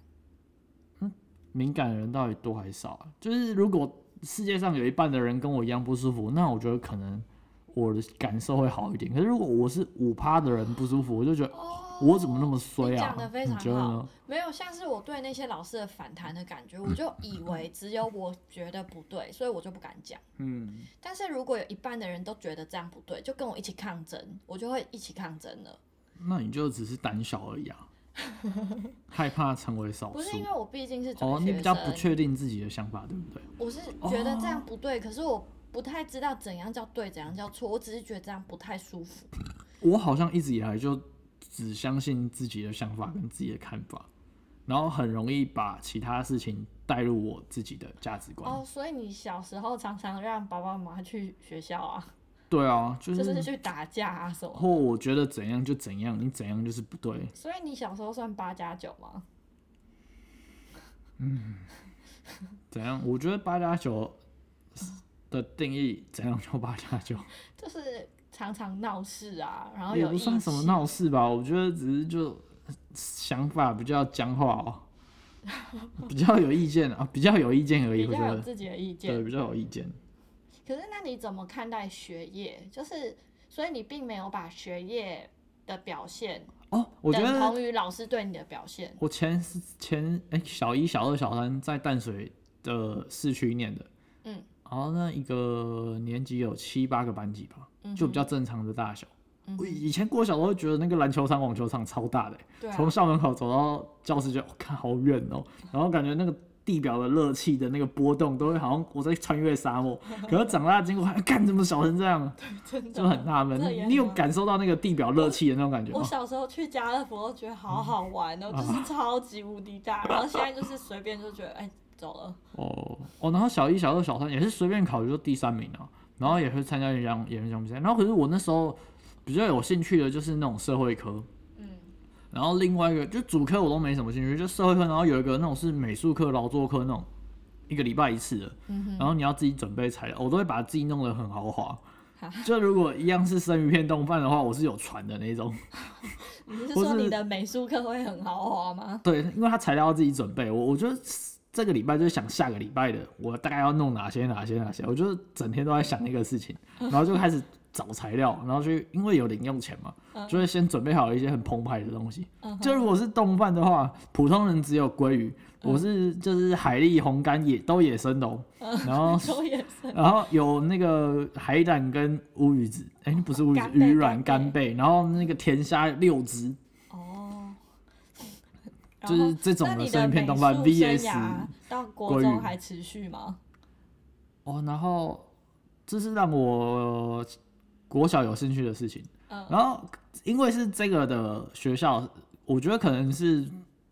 S1: 敏感的人到底多还少啊？就是如果世界上有一半的人跟我一样不舒服，那我觉得可能我的感受会好一点。可是如果我是五趴的人不舒服，我就觉得
S2: 哦
S1: 我怎么那么衰
S2: 你
S1: 啊
S2: 讲？得非
S1: 你
S2: 常
S1: 觉得呢？
S2: 没有，像是我对那些老师的反弹的感
S1: 嗯
S2: 觉，我就以为只有我觉得不对，所以我就不敢讲。
S1: 嗯，
S2: 但是如果有一半的人都觉得这样不对，就跟我一起抗争，我就会一起抗争了。
S1: 那你就只是胆小而已
S2: (laughs)
S1: 啊，害怕成为少
S2: 不是
S1: 数
S2: 因。为我毕竟是转
S1: 哦，
S2: 学
S1: 你
S2: 生，
S1: 比较不确定自己的想法，对不对？
S2: 我是觉得这样不对，可是我不太知道怎样叫对，怎样叫错，我只是觉得这样不太舒服。
S1: 我好像一直以来就只相信自己的想法跟自己的看法，然后很容易把其他事情带入我自己的价值观。
S2: 哦，所以你小时候常常让爸爸妈妈去学校啊，
S1: 对啊，就
S2: 就是
S1: 是
S2: 去打架啊什么。
S1: 或我觉得怎样就怎样，你怎样就是不对。
S2: 所以你小时候算八加九吗？
S1: 怎样？我觉得八加九的定义怎样叫八加九，
S2: 就是常常闹事啊，然后
S1: 也
S2: 有
S1: 不
S2: 义
S1: 算什么
S2: 气
S1: 闹事吧。我觉得只是就想法比较僵化哦， (laughs) 比较有意见啊，比较有意见而已。我
S2: 比
S1: 觉
S2: 较有
S1: 得
S2: 自己的意
S1: 对，
S2: 见。
S1: 比较有意见。
S2: 可是那你怎么看待学业？就是所以你并没有把学业的表现
S1: 哦，我觉
S2: 等
S1: 得
S2: 同于老师对你的表现。
S1: 我前前哎、小一、小二、小三在淡水的市区念的，
S2: 嗯，
S1: 然后那一个年级有七八个班级吧，
S2: 嗯哼
S1: 就比较正常的大小。
S2: 嗯
S1: 我以前过小都会觉得那个篮球场、网球场超大的、 (laughs)
S2: 对
S1: 从
S2: 啊，
S1: 校门口走到教室就，我、看好远哦、然后感觉那个地表的热气的那个波动，都会好像我在穿越沙
S2: (laughs)
S1: 漠。可是长大经过，哎干怎么小成这样，
S2: 真
S1: 就很
S2: 的。
S1: 纳闷
S2: 这也。
S1: 你有
S2: 很
S1: 感受到那个地表热气的那种感觉
S2: 我
S1: 吗？
S2: 小时候去家乐福都觉得好好玩
S1: 嗯
S2: 哦，就是超级无敌
S1: (laughs)
S2: 大，然后现在就是随便就觉得哎走了。
S1: 哦哦，然后小一、小二、小三也是随便考就第三名啊，然后也会参加演讲演讲比赛。然后可是我那时候比较有兴趣的就是那种社会科，
S2: 嗯，
S1: 然后另外一个就主科我都没什么兴趣，就社会科，然后有一个那种是美术课、劳作课那种，一个礼拜一次的，
S2: 嗯
S1: 然后你要自己准备材料，我都会把自己弄得很豪华
S2: 哈。
S1: 就如果一样是生鱼片冻饭的话，我是有船的那种。
S2: 你是
S1: 不
S2: 说
S1: 是
S2: 你的美术课会很豪
S1: (laughs)
S2: 华吗？
S1: 对，因为他材料要自己准备，我我觉得这个礼拜就是想下个礼拜的，我大概要弄哪些哪些哪些，我就是整天都在想那个事情，然后就开始找材料，然后去因为有零用钱嘛，就会先准备好一些很澎湃的东西。
S2: 嗯哼
S1: 就如果是冻饭的话，普通人只有鲑鱼，
S2: 嗯
S1: 我是就是海蛎、红干也都野生的哦，
S2: 嗯
S1: 然后
S2: 周也是，
S1: 然后有那个海胆跟乌鱼子，哎、不是乌鱼子
S2: 干，贝
S1: 鱼卵
S2: 干
S1: 干贝，然后那个甜虾六只，
S2: 哦，然
S1: 就
S2: 后
S1: 是这种
S2: 那你
S1: 生
S2: 的
S1: 鱼片
S2: 美
S1: 冻饭
S2: 术生
S1: VS
S2: 涯到
S1: 鲑
S2: 国中
S1: 鱼
S2: 还持续吗？
S1: 哦，然后这是让我国小有兴趣的事情。
S2: 嗯
S1: 然后因为是这个的学校，我觉得可能是。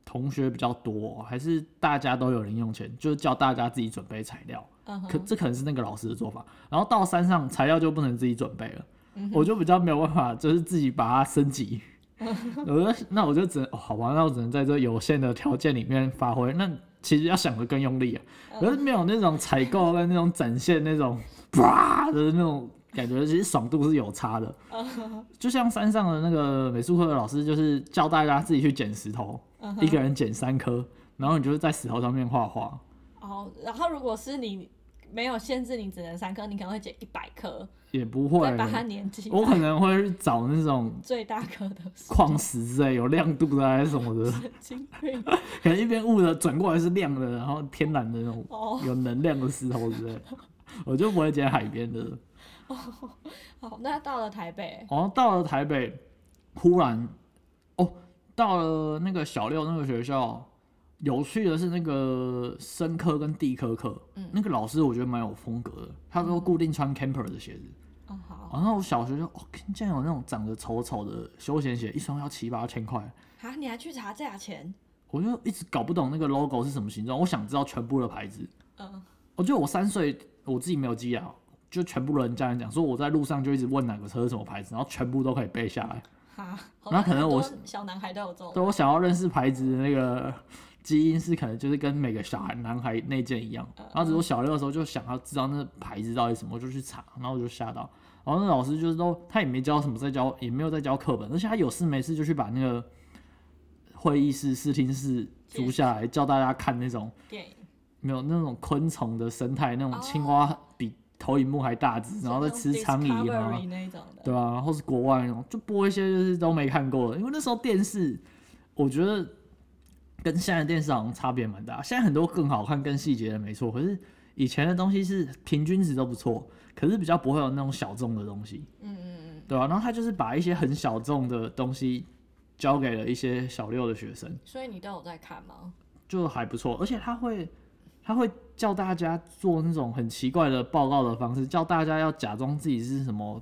S1: 同学比较多，还是大家都有零用钱，就是叫大家自己准备材料？
S2: 嗯
S1: 可
S2: 哼，
S1: 这可能是那个老师的做法。然后到山上材料就不能自己准备了，
S2: 嗯
S1: 我就比较没有办法，就是自己把它升级。 (laughs) 我就那我就只能、哦好吧，那我只能在这有限的条件里面发挥。那其实要想的更用力啊，
S2: 嗯
S1: 可是没有那种采购啊跟那种展现那种啪的那种感觉，其实爽度是有差的。
S2: 嗯
S1: 就像山上的那个美术课的老师，就是教大家自己去捡石头，
S2: 嗯
S1: 一个人捡三颗，然后你就是在石头上面画画。
S2: 哦，然后如果是你没有限制，你只能三颗，你可能会捡一百颗，
S1: 也不会，
S2: 再把它粘起
S1: (laughs)
S2: 来
S1: 我可能会去找那种
S2: (laughs) 最大颗的是
S1: 矿石之类有亮度的还是什么的， (laughs)
S2: 神经病
S1: 可能一边雾的转过来是亮的，然后天然的那种
S2: 哦。
S1: 有能量的石头之类的， (laughs) 我就不会捡海边的。
S2: 好，那到了台北，
S1: 然后到了台北，忽然哦，到了那个小六那个学校，有趣的是那个生科跟地科课，
S2: 嗯
S1: 那个老师我觉得蛮有风格的，他都固定穿 camper 的鞋子。
S2: 哦好，
S1: 然后我小学就哦，竟然有那种长得丑丑的休闲鞋，一双要七八千块。
S2: 啊，你还去查价钱？
S1: 我就一直搞不懂那个 logo 是什么形状，我想知道全部的牌子。
S2: 嗯，
S1: 我觉得我三岁我自己没有记忆啊，就全部人家人讲说我在路上就一直问哪个车是什么牌子，然后全部都可以背下来。
S2: 哈，好
S1: 那可能我
S2: 很多小男孩都有这种，
S1: 对我想要认识牌子的那个基因是可能就是跟每个小孩男孩内建一样，然后只是我小六的时候就想要知道那牌子到底什么，我就去查，然后我就吓到。然后那老师就是都他也没教什么，在教也没有在教课本，而且他有事没事就去把那个会议室、视听室租下来，叫大家看那种。
S2: 电影，
S1: 没有那种昆虫的生态，那种
S2: 哦
S1: 青蛙比投影幕还大只，然后在吃苍
S2: 蝇
S1: 蝇啊，
S2: 那一种的，
S1: 对啊，然后是国外那种，就播一些就是都没看过的，因为那时候电视，我觉得跟现在的电视好像差别蛮大，现在很多更好看、更细节的没错，可是以前的东西是平均值都不错，可是比较不会有那种小众的东西，
S2: 嗯嗯嗯，
S1: 对啊，然后他就是把一些很小众的东西交给了一些小六的学生。
S2: 所以你都有在看吗？
S1: 就还不错，而且他会他会叫大家做那种很奇怪的报告的方式，叫大家要假装自己是什么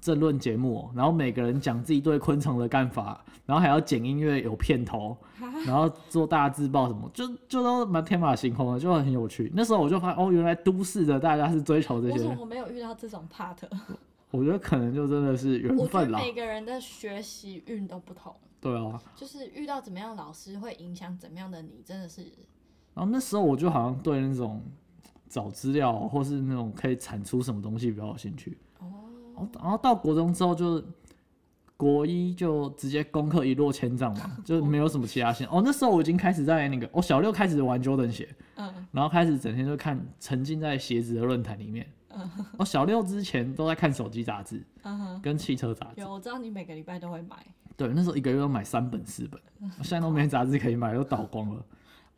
S1: 政论节目哦，然后每个人讲自己对昆虫的看法，然后还要剪音乐有片头， (laughs) 然后做大字报什么，就就都蛮天马行空的，就很有趣。那时候我就发现哦，原来都市的大家是追求这
S2: 我
S1: 些
S2: 怎，么没有遇到这种 part？
S1: 我觉得可能就真的是缘
S2: 我觉得
S1: 分啦，
S2: 每个人的学习运都不同，
S1: 对啊。
S2: 就是遇到怎么样的老师会影响怎么样的你，真的是
S1: 然后那时候我就好像对那种找资料或是那种可以产出什么东西比较有兴趣。
S2: 哦，
S1: 哦然后到国中之后就国一就直接功课一落千丈嘛，就没有什么其他线。哦，那时候我已经开始在那个，我、小六开始玩 Jordan 鞋，
S2: 嗯
S1: 然后开始整天就看沉浸在鞋子的论坛里
S2: (laughs)
S1: 面。我、小六之前都在看手机杂志
S2: 嗯哼，
S1: 跟汽车杂志，
S2: 有我知道你每个礼拜都会买，
S1: 对，那时候一个月要买三本四
S2: (laughs)
S1: 本，我现在都没杂志可以买，都倒光了。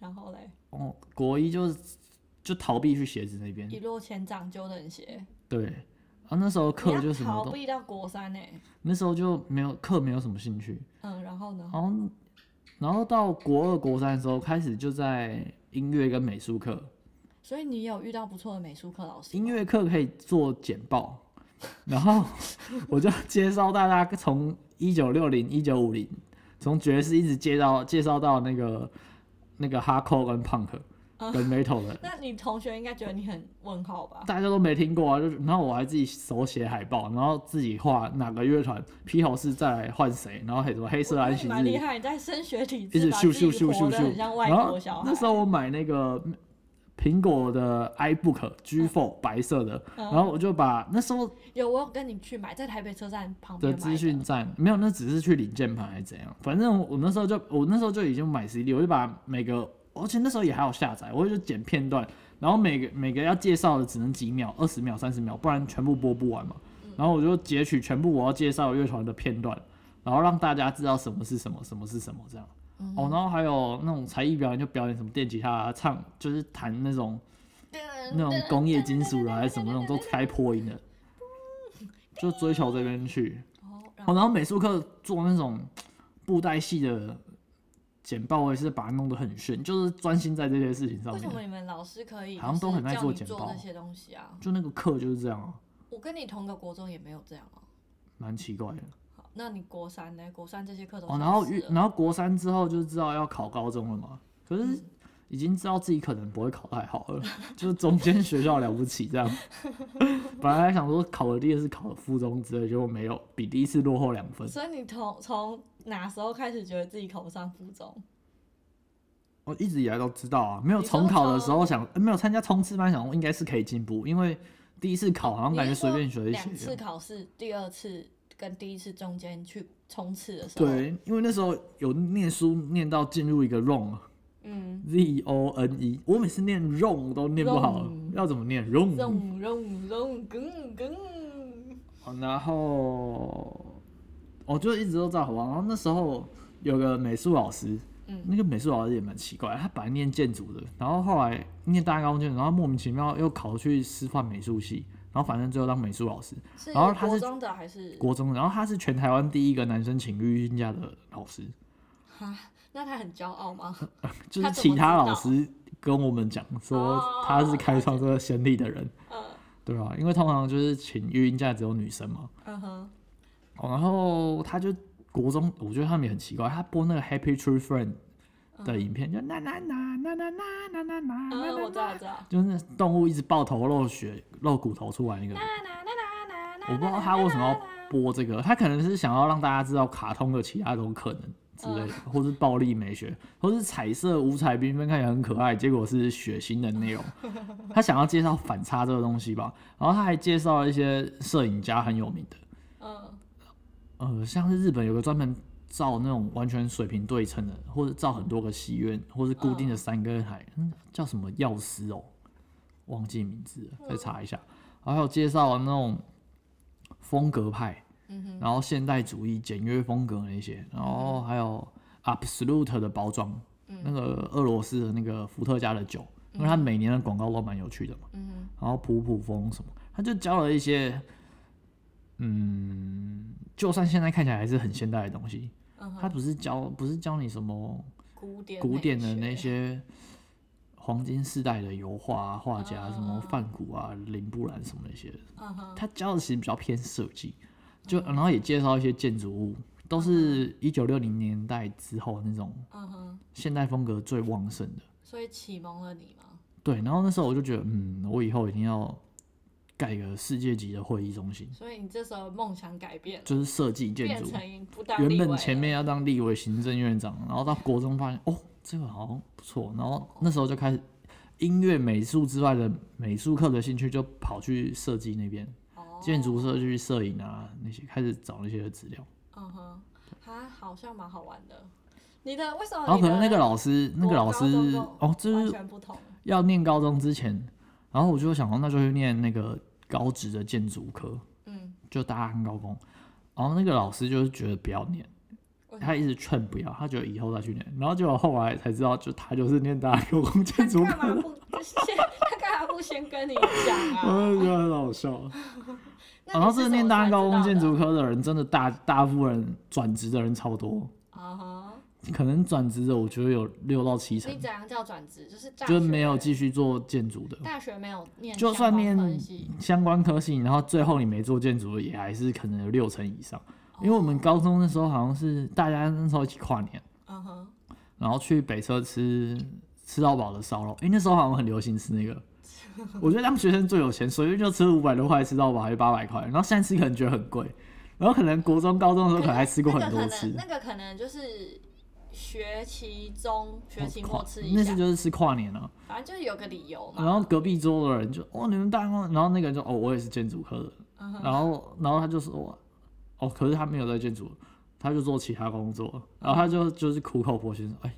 S2: 然后嘞，
S1: 哦，国一就是就逃避去鞋子那边，
S2: 一落千丈就冷鞋，
S1: 对。啊，那时候
S2: 你
S1: (laughs) 课就
S2: 要
S1: 什么
S2: 逃
S1: 都，
S2: 避到国三呢、
S1: 那时候就没有课，没有什么兴趣。
S2: 嗯，然后呢？
S1: 然后，然后到国二、国三的时候，开始就在音乐跟美术课。
S2: 所以你有遇到不错的美术课老师吗，
S1: 音乐课可以做简报，然后我就介绍大家从一九六零、一九五零，从爵士一直介绍介绍到那个那个哈扣跟 punk
S2: 啊
S1: 跟 metal 的，
S2: 那你同学应该觉得你很问号
S1: (laughs)
S2: 吧？
S1: 大家都没听过啊。就是，然后我还自己手写海报，然后自己画哪个乐团披头士再来换谁，然后还有什么黑
S2: 我
S1: 色安息
S2: 觉得你哎蛮
S1: 日
S2: 厉，害，你在升学体
S1: 一
S2: 制
S1: 直
S2: 把
S1: 咻
S2: 自
S1: 咻
S2: 己
S1: 咻
S2: 活
S1: 咻
S2: 得
S1: 咻
S2: 很，像外
S1: 然
S2: 国
S1: 后
S2: 小孩。
S1: 那时候我买那个苹果的 iBook G Four 白色的，
S2: 嗯
S1: 然后我就把那时候
S2: 有我有跟你去买，在台北车站旁边
S1: 的
S2: 买
S1: 资讯站没有，那只是去领键盘还是怎样，反正我那时候就我那时候就已经买 CD，我就把每个，而且那时候也还有下载，我就剪片段，然后每个每个要介绍的只能几秒，二十秒、三十秒，不然全部播不完嘛。
S2: 嗯
S1: 然后我就截取全部我要介绍的乐团的片段，然后让大家知道什么是什么，什么是什么这样。
S2: 嗯
S1: 哦，然后还有那种才艺表演，就表演什么电吉他、啊、唱，就是弹那种
S2: 嗯
S1: 那种工业金属啦，还是什么那种都开破音的，就追求这边去。
S2: 哦，
S1: 哦，
S2: 然后
S1: 然后美术课做那种布袋戏的简报，我也是把它弄得很炫，就是专心在这些事情上
S2: 为什么
S1: 面。
S2: 你们老师可以
S1: 好像都很爱做
S2: 做
S1: 简报
S2: 做这些东西啊？
S1: 就那个课就是这样啊，
S2: 我跟你同个国中也没有这样哦、
S1: 蛮奇怪的。
S2: 好，那你国三呢？国三这些课都
S1: 哦，然后
S2: 消失
S1: 遇
S2: 了
S1: 然后国三之后就知道要考高中了嘛，可是
S2: 嗯
S1: 已经知道自己可能不会考太好了，就是中间学校了不起这
S2: (laughs)
S1: 样。本来还想说考了第二次考了附中之类，结果没有，比第一次落后两分。
S2: 所以你从从哪时候开始觉得自己考不上附中？
S1: 我一直以来都知道啊，没有
S2: 你说
S1: 重考的时候
S2: 从
S1: 想，呃没有参加冲刺班想应该是可以进步，因为第一次考好像感觉
S2: 你是
S1: 随
S2: 说
S1: 便学一
S2: 两次
S1: 学。
S2: 考试，第二次跟第一次中间去冲刺的时候，，
S1: 对，因为那时候有念书念到进入一个 wrong 啊
S2: 嗯，
S1: Z O N E，我每次念 wrong 都念不好
S2: wrong，
S1: 要怎么念 wrong？
S2: 嗡嗡嗡，梗梗，
S1: 哦然后我就一直都在好玩。然后那时候有个美术老师，
S2: 嗯
S1: 那个美术老师也蛮奇怪，他本来念建筑的，然后后来念大高建筑，然后莫名其妙又考去师范美术系，然后反正最后当美术老师，
S2: 是
S1: 然后他是
S2: 国中的还是？
S1: 国中的，然后他是全台湾第一个男生请育婴假的老师，
S2: 哈，那他很骄
S1: (laughs)
S2: 傲吗？
S1: 就
S2: 他
S1: 是
S2: 怎
S1: 其
S2: 么
S1: 他
S2: 知
S1: 老
S2: 道
S1: 师跟我们讲说
S2: 哦
S1: 他是开
S2: 了
S1: 创
S2: 解
S1: 这个先例的人，
S2: 嗯
S1: 对吧、因为通常就是请育婴假只有女生嘛，
S2: 嗯哼，
S1: 哦，然后他就国中，我觉得他们也很奇怪，他播那个 Happy True Friend 的影片，就那那那那那那那那那
S2: 嗯，
S1: 那
S2: 我知道，我
S1: 那，
S2: 知道。
S1: 就是那动物一直爆头露血、露骨头出来那个，我不知道他为什么要播这个，他可能是想要让大家知道卡通的其他种可能之类的，
S2: 嗯
S1: 或是暴力美学，或是彩色五彩缤纷看起来很可爱，结果是血腥的内容。
S2: (laughs)
S1: 他想要介绍反差这个东西吧，然后他还介绍了一些摄影家很有名的。
S2: 嗯
S1: 呃，像是日本有个专门照那种完全水平对称的，或者照很多个戏院，或是固定的三个海，嗯，叫什么药师哦，忘记名字了，
S2: 嗯
S1: 再查一下。还有介绍那种风格派，
S2: 嗯哼，嗯
S1: 然后现代主义、简约风格那些，然后还有 Absolute 的包装，那个俄罗斯的那个伏特加的酒，因为它每年的广告都蛮有趣的嘛。
S2: 嗯哼，
S1: 然后普普风什么，他就教了一些，嗯，就算现在看起来还是很现代的东西，
S2: 嗯
S1: 他
S2: 哼，
S1: 不是教不是教你什么
S2: 古典
S1: 古
S2: 美
S1: 典的
S2: 学
S1: 那些黄金时代的油画、啊、画家，什
S2: 哦
S1: 么梵谷啊、林布兰什么那些，
S2: 嗯哼，
S1: 他教的其实比较偏设计，
S2: 哦
S1: 就然后也介绍一些建筑物，都是一九六零年代之后那种
S2: 嗯哼，
S1: 现代风格最旺盛的。
S2: 所以启蒙了你吗？
S1: 对，然后那时候我就觉得，嗯，我以后一定要盖一个世界级的会议中心，
S2: 所以你这时候梦想改变了，
S1: 就是设计建
S2: 变
S1: 筑。
S2: 成不当
S1: 原
S2: 立
S1: 本
S2: 委
S1: 前
S2: 了
S1: 面要当立委、行政院长，然后到国中发现，哦，这个好像不错，然后那时候就开始音乐、美术之外的美术课的兴趣，就跑去设计那边，
S2: 哦
S1: 建筑设计、摄影啊那些，开始找那些资料。
S2: 嗯哼，它好像蛮好玩的。你的为什
S1: 然
S2: 么
S1: 后
S2: 哦
S1: 哦
S2: 你
S1: 可能那
S2: 的
S1: 个老师，那个
S2: 国
S1: 老
S2: 高
S1: 师
S2: 中就
S1: 哦，这
S2: 完
S1: 是
S2: 全不同？
S1: 要念高中之前，然后我就想说，那就去念那个高职的建筑科，
S2: 嗯，
S1: 就大家很高峰。然后那个老师就是觉得不要念，
S2: 为什
S1: 他
S2: (laughs) 么
S1: 一直劝不要，他觉得以后再去念。然后结果后来才知道，就他就是念大学工建筑 (laughs)
S2: 干嘛
S1: 科，
S2: 不先？ (laughs) 他干嘛不先跟你讲
S1: (laughs)
S2: 啊？
S1: 我就觉哦得很好笑。
S2: 那
S1: 然
S2: 你
S1: 后
S2: 是
S1: 这个
S2: 怎
S1: 念
S2: 么
S1: 大
S2: 才
S1: 高
S2: 知
S1: 工
S2: 道
S1: 建
S2: 的
S1: 筑科的人，真的大大部分转职的人超多，
S2: 啊哈，
S1: 可能转职的我觉得有六到七成
S2: 你，怎样叫转职？就是大
S1: 就是没有
S2: 学
S1: 继续做建筑的。
S2: 大学没有念
S1: 就
S2: 相
S1: 算
S2: 关
S1: 念
S2: 科系
S1: 相关科系，然后最后你没做建筑，也还是可能有六成以上。因为我们高中那时候好像是大家那时候一起跨年，
S2: 嗯哼，
S1: 然后去北车吃吃到饱的烧肉，因为那时候好像很流行吃那个。我觉得当学生最有钱，随便就吃五百多块吃到饱，还是八百块，然后现在吃可能觉得很贵，然后可能国中、高中的时候可能还吃过很多
S2: (laughs)
S1: 次。
S2: 那个可能那个可能就是学期中、学期末
S1: 跨
S2: 吃
S1: 哦那
S2: 一
S1: 次
S2: 下，
S1: 就是吃跨年了，
S2: 反正就是有个理由
S1: 然
S2: 嘛。
S1: 后隔壁桌的人就哦你们大光，然后那个人就哦我也是建筑科的，
S2: 嗯哼，
S1: 然后然后他就说，哦，可是他没有在建筑，他就做其他工作，然后他就就是苦口婆心说，哎，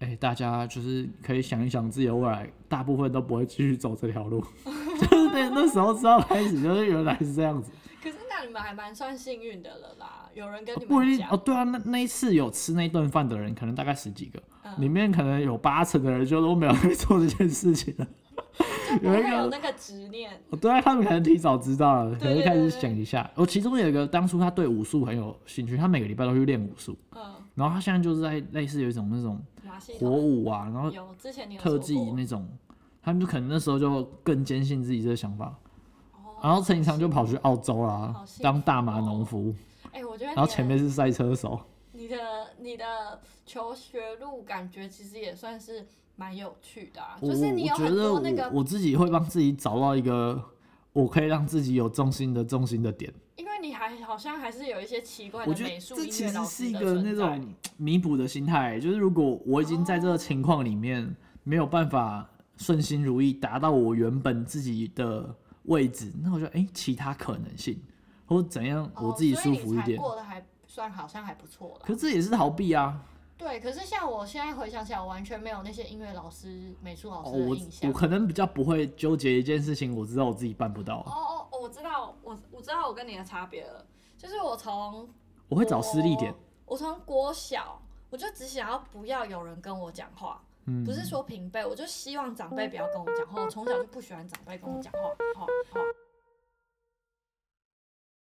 S1: 哎，大家就是可以想一想自己的未来，大部分都不会继续走这条路， (laughs) 就是那那时候知道开始就是原来是这样子，
S2: 可是那你们还蛮算幸运的了啦，有人跟你
S1: 不一
S2: 们
S1: 定
S2: 讲
S1: 哦，，对啊，那那一次有吃那顿饭的人，可能大概十几个，
S2: 嗯
S1: 里面可能有八成的人就都没有在做这件事情了，
S2: 不
S1: 有一
S2: 会
S1: 个
S2: 有那个执念。
S1: 哦，对啊，他们可能提早知道了，可
S2: 对
S1: 能
S2: 对
S1: 开始
S2: 对
S1: 想一下。我其中有一个，当初他对武术很有兴趣，他每个礼拜都去练武术，
S2: 嗯，
S1: 然后他现在就是在类似有一种那种
S2: 马戏
S1: 火
S2: 团
S1: 舞啊，然后
S2: 有之前你有
S1: 特
S2: 说
S1: 技
S2: 过
S1: 那种，他们就可能那时候就更坚信自己这个想法。
S2: 哦
S1: 然后陈以常就跑去澳洲啦
S2: 好幸，福
S1: 当大麻农夫，
S2: 哎、我觉得你
S1: 然后前
S2: 的
S1: 面是赛车手，
S2: 你的你的求学路感觉其实也算是蛮有趣的啊，
S1: 我
S2: 就是你有
S1: 我觉
S2: 很
S1: 得
S2: 多
S1: 我
S2: 那个，
S1: 我自己会帮自己找到一个我可以让自己有重心的重心的点。
S2: 因为你还好像还是有一些奇怪
S1: 我
S2: 的
S1: 觉得
S2: 美术
S1: 这
S2: 音
S1: 其
S2: 乐
S1: 实
S2: 老
S1: 是
S2: 师
S1: 一
S2: 的
S1: 个那
S2: 存在。哦
S1: 种弥补的心态，就是如果我已经在这个情况里面没有办法顺心如意达到我原本自己的位置，那我就哎、诶其他可能性或者怎样
S2: 哦
S1: 我自己
S2: 所以
S1: 舒
S2: 你
S1: 服一
S2: 才
S1: 点。
S2: 过得还算好像还不错了。
S1: 可这也是逃避啊！
S2: 对，可是像我现在回想起来，我完全没有那些音乐老师、美术老
S1: 哦，
S2: 师的
S1: 我
S2: 印象。
S1: 我可能比较不会纠结一件事情，我知道我自己办不到，
S2: 哦哦，我知道，我我知道我跟你的差别了，就是我从
S1: 我会找失力点。
S2: 我从国小我就只想要不要有人跟我讲话，
S1: 嗯，
S2: 不是说平辈，我就希望长辈不要跟我讲话。我从小就不喜欢长辈跟我讲话，话话。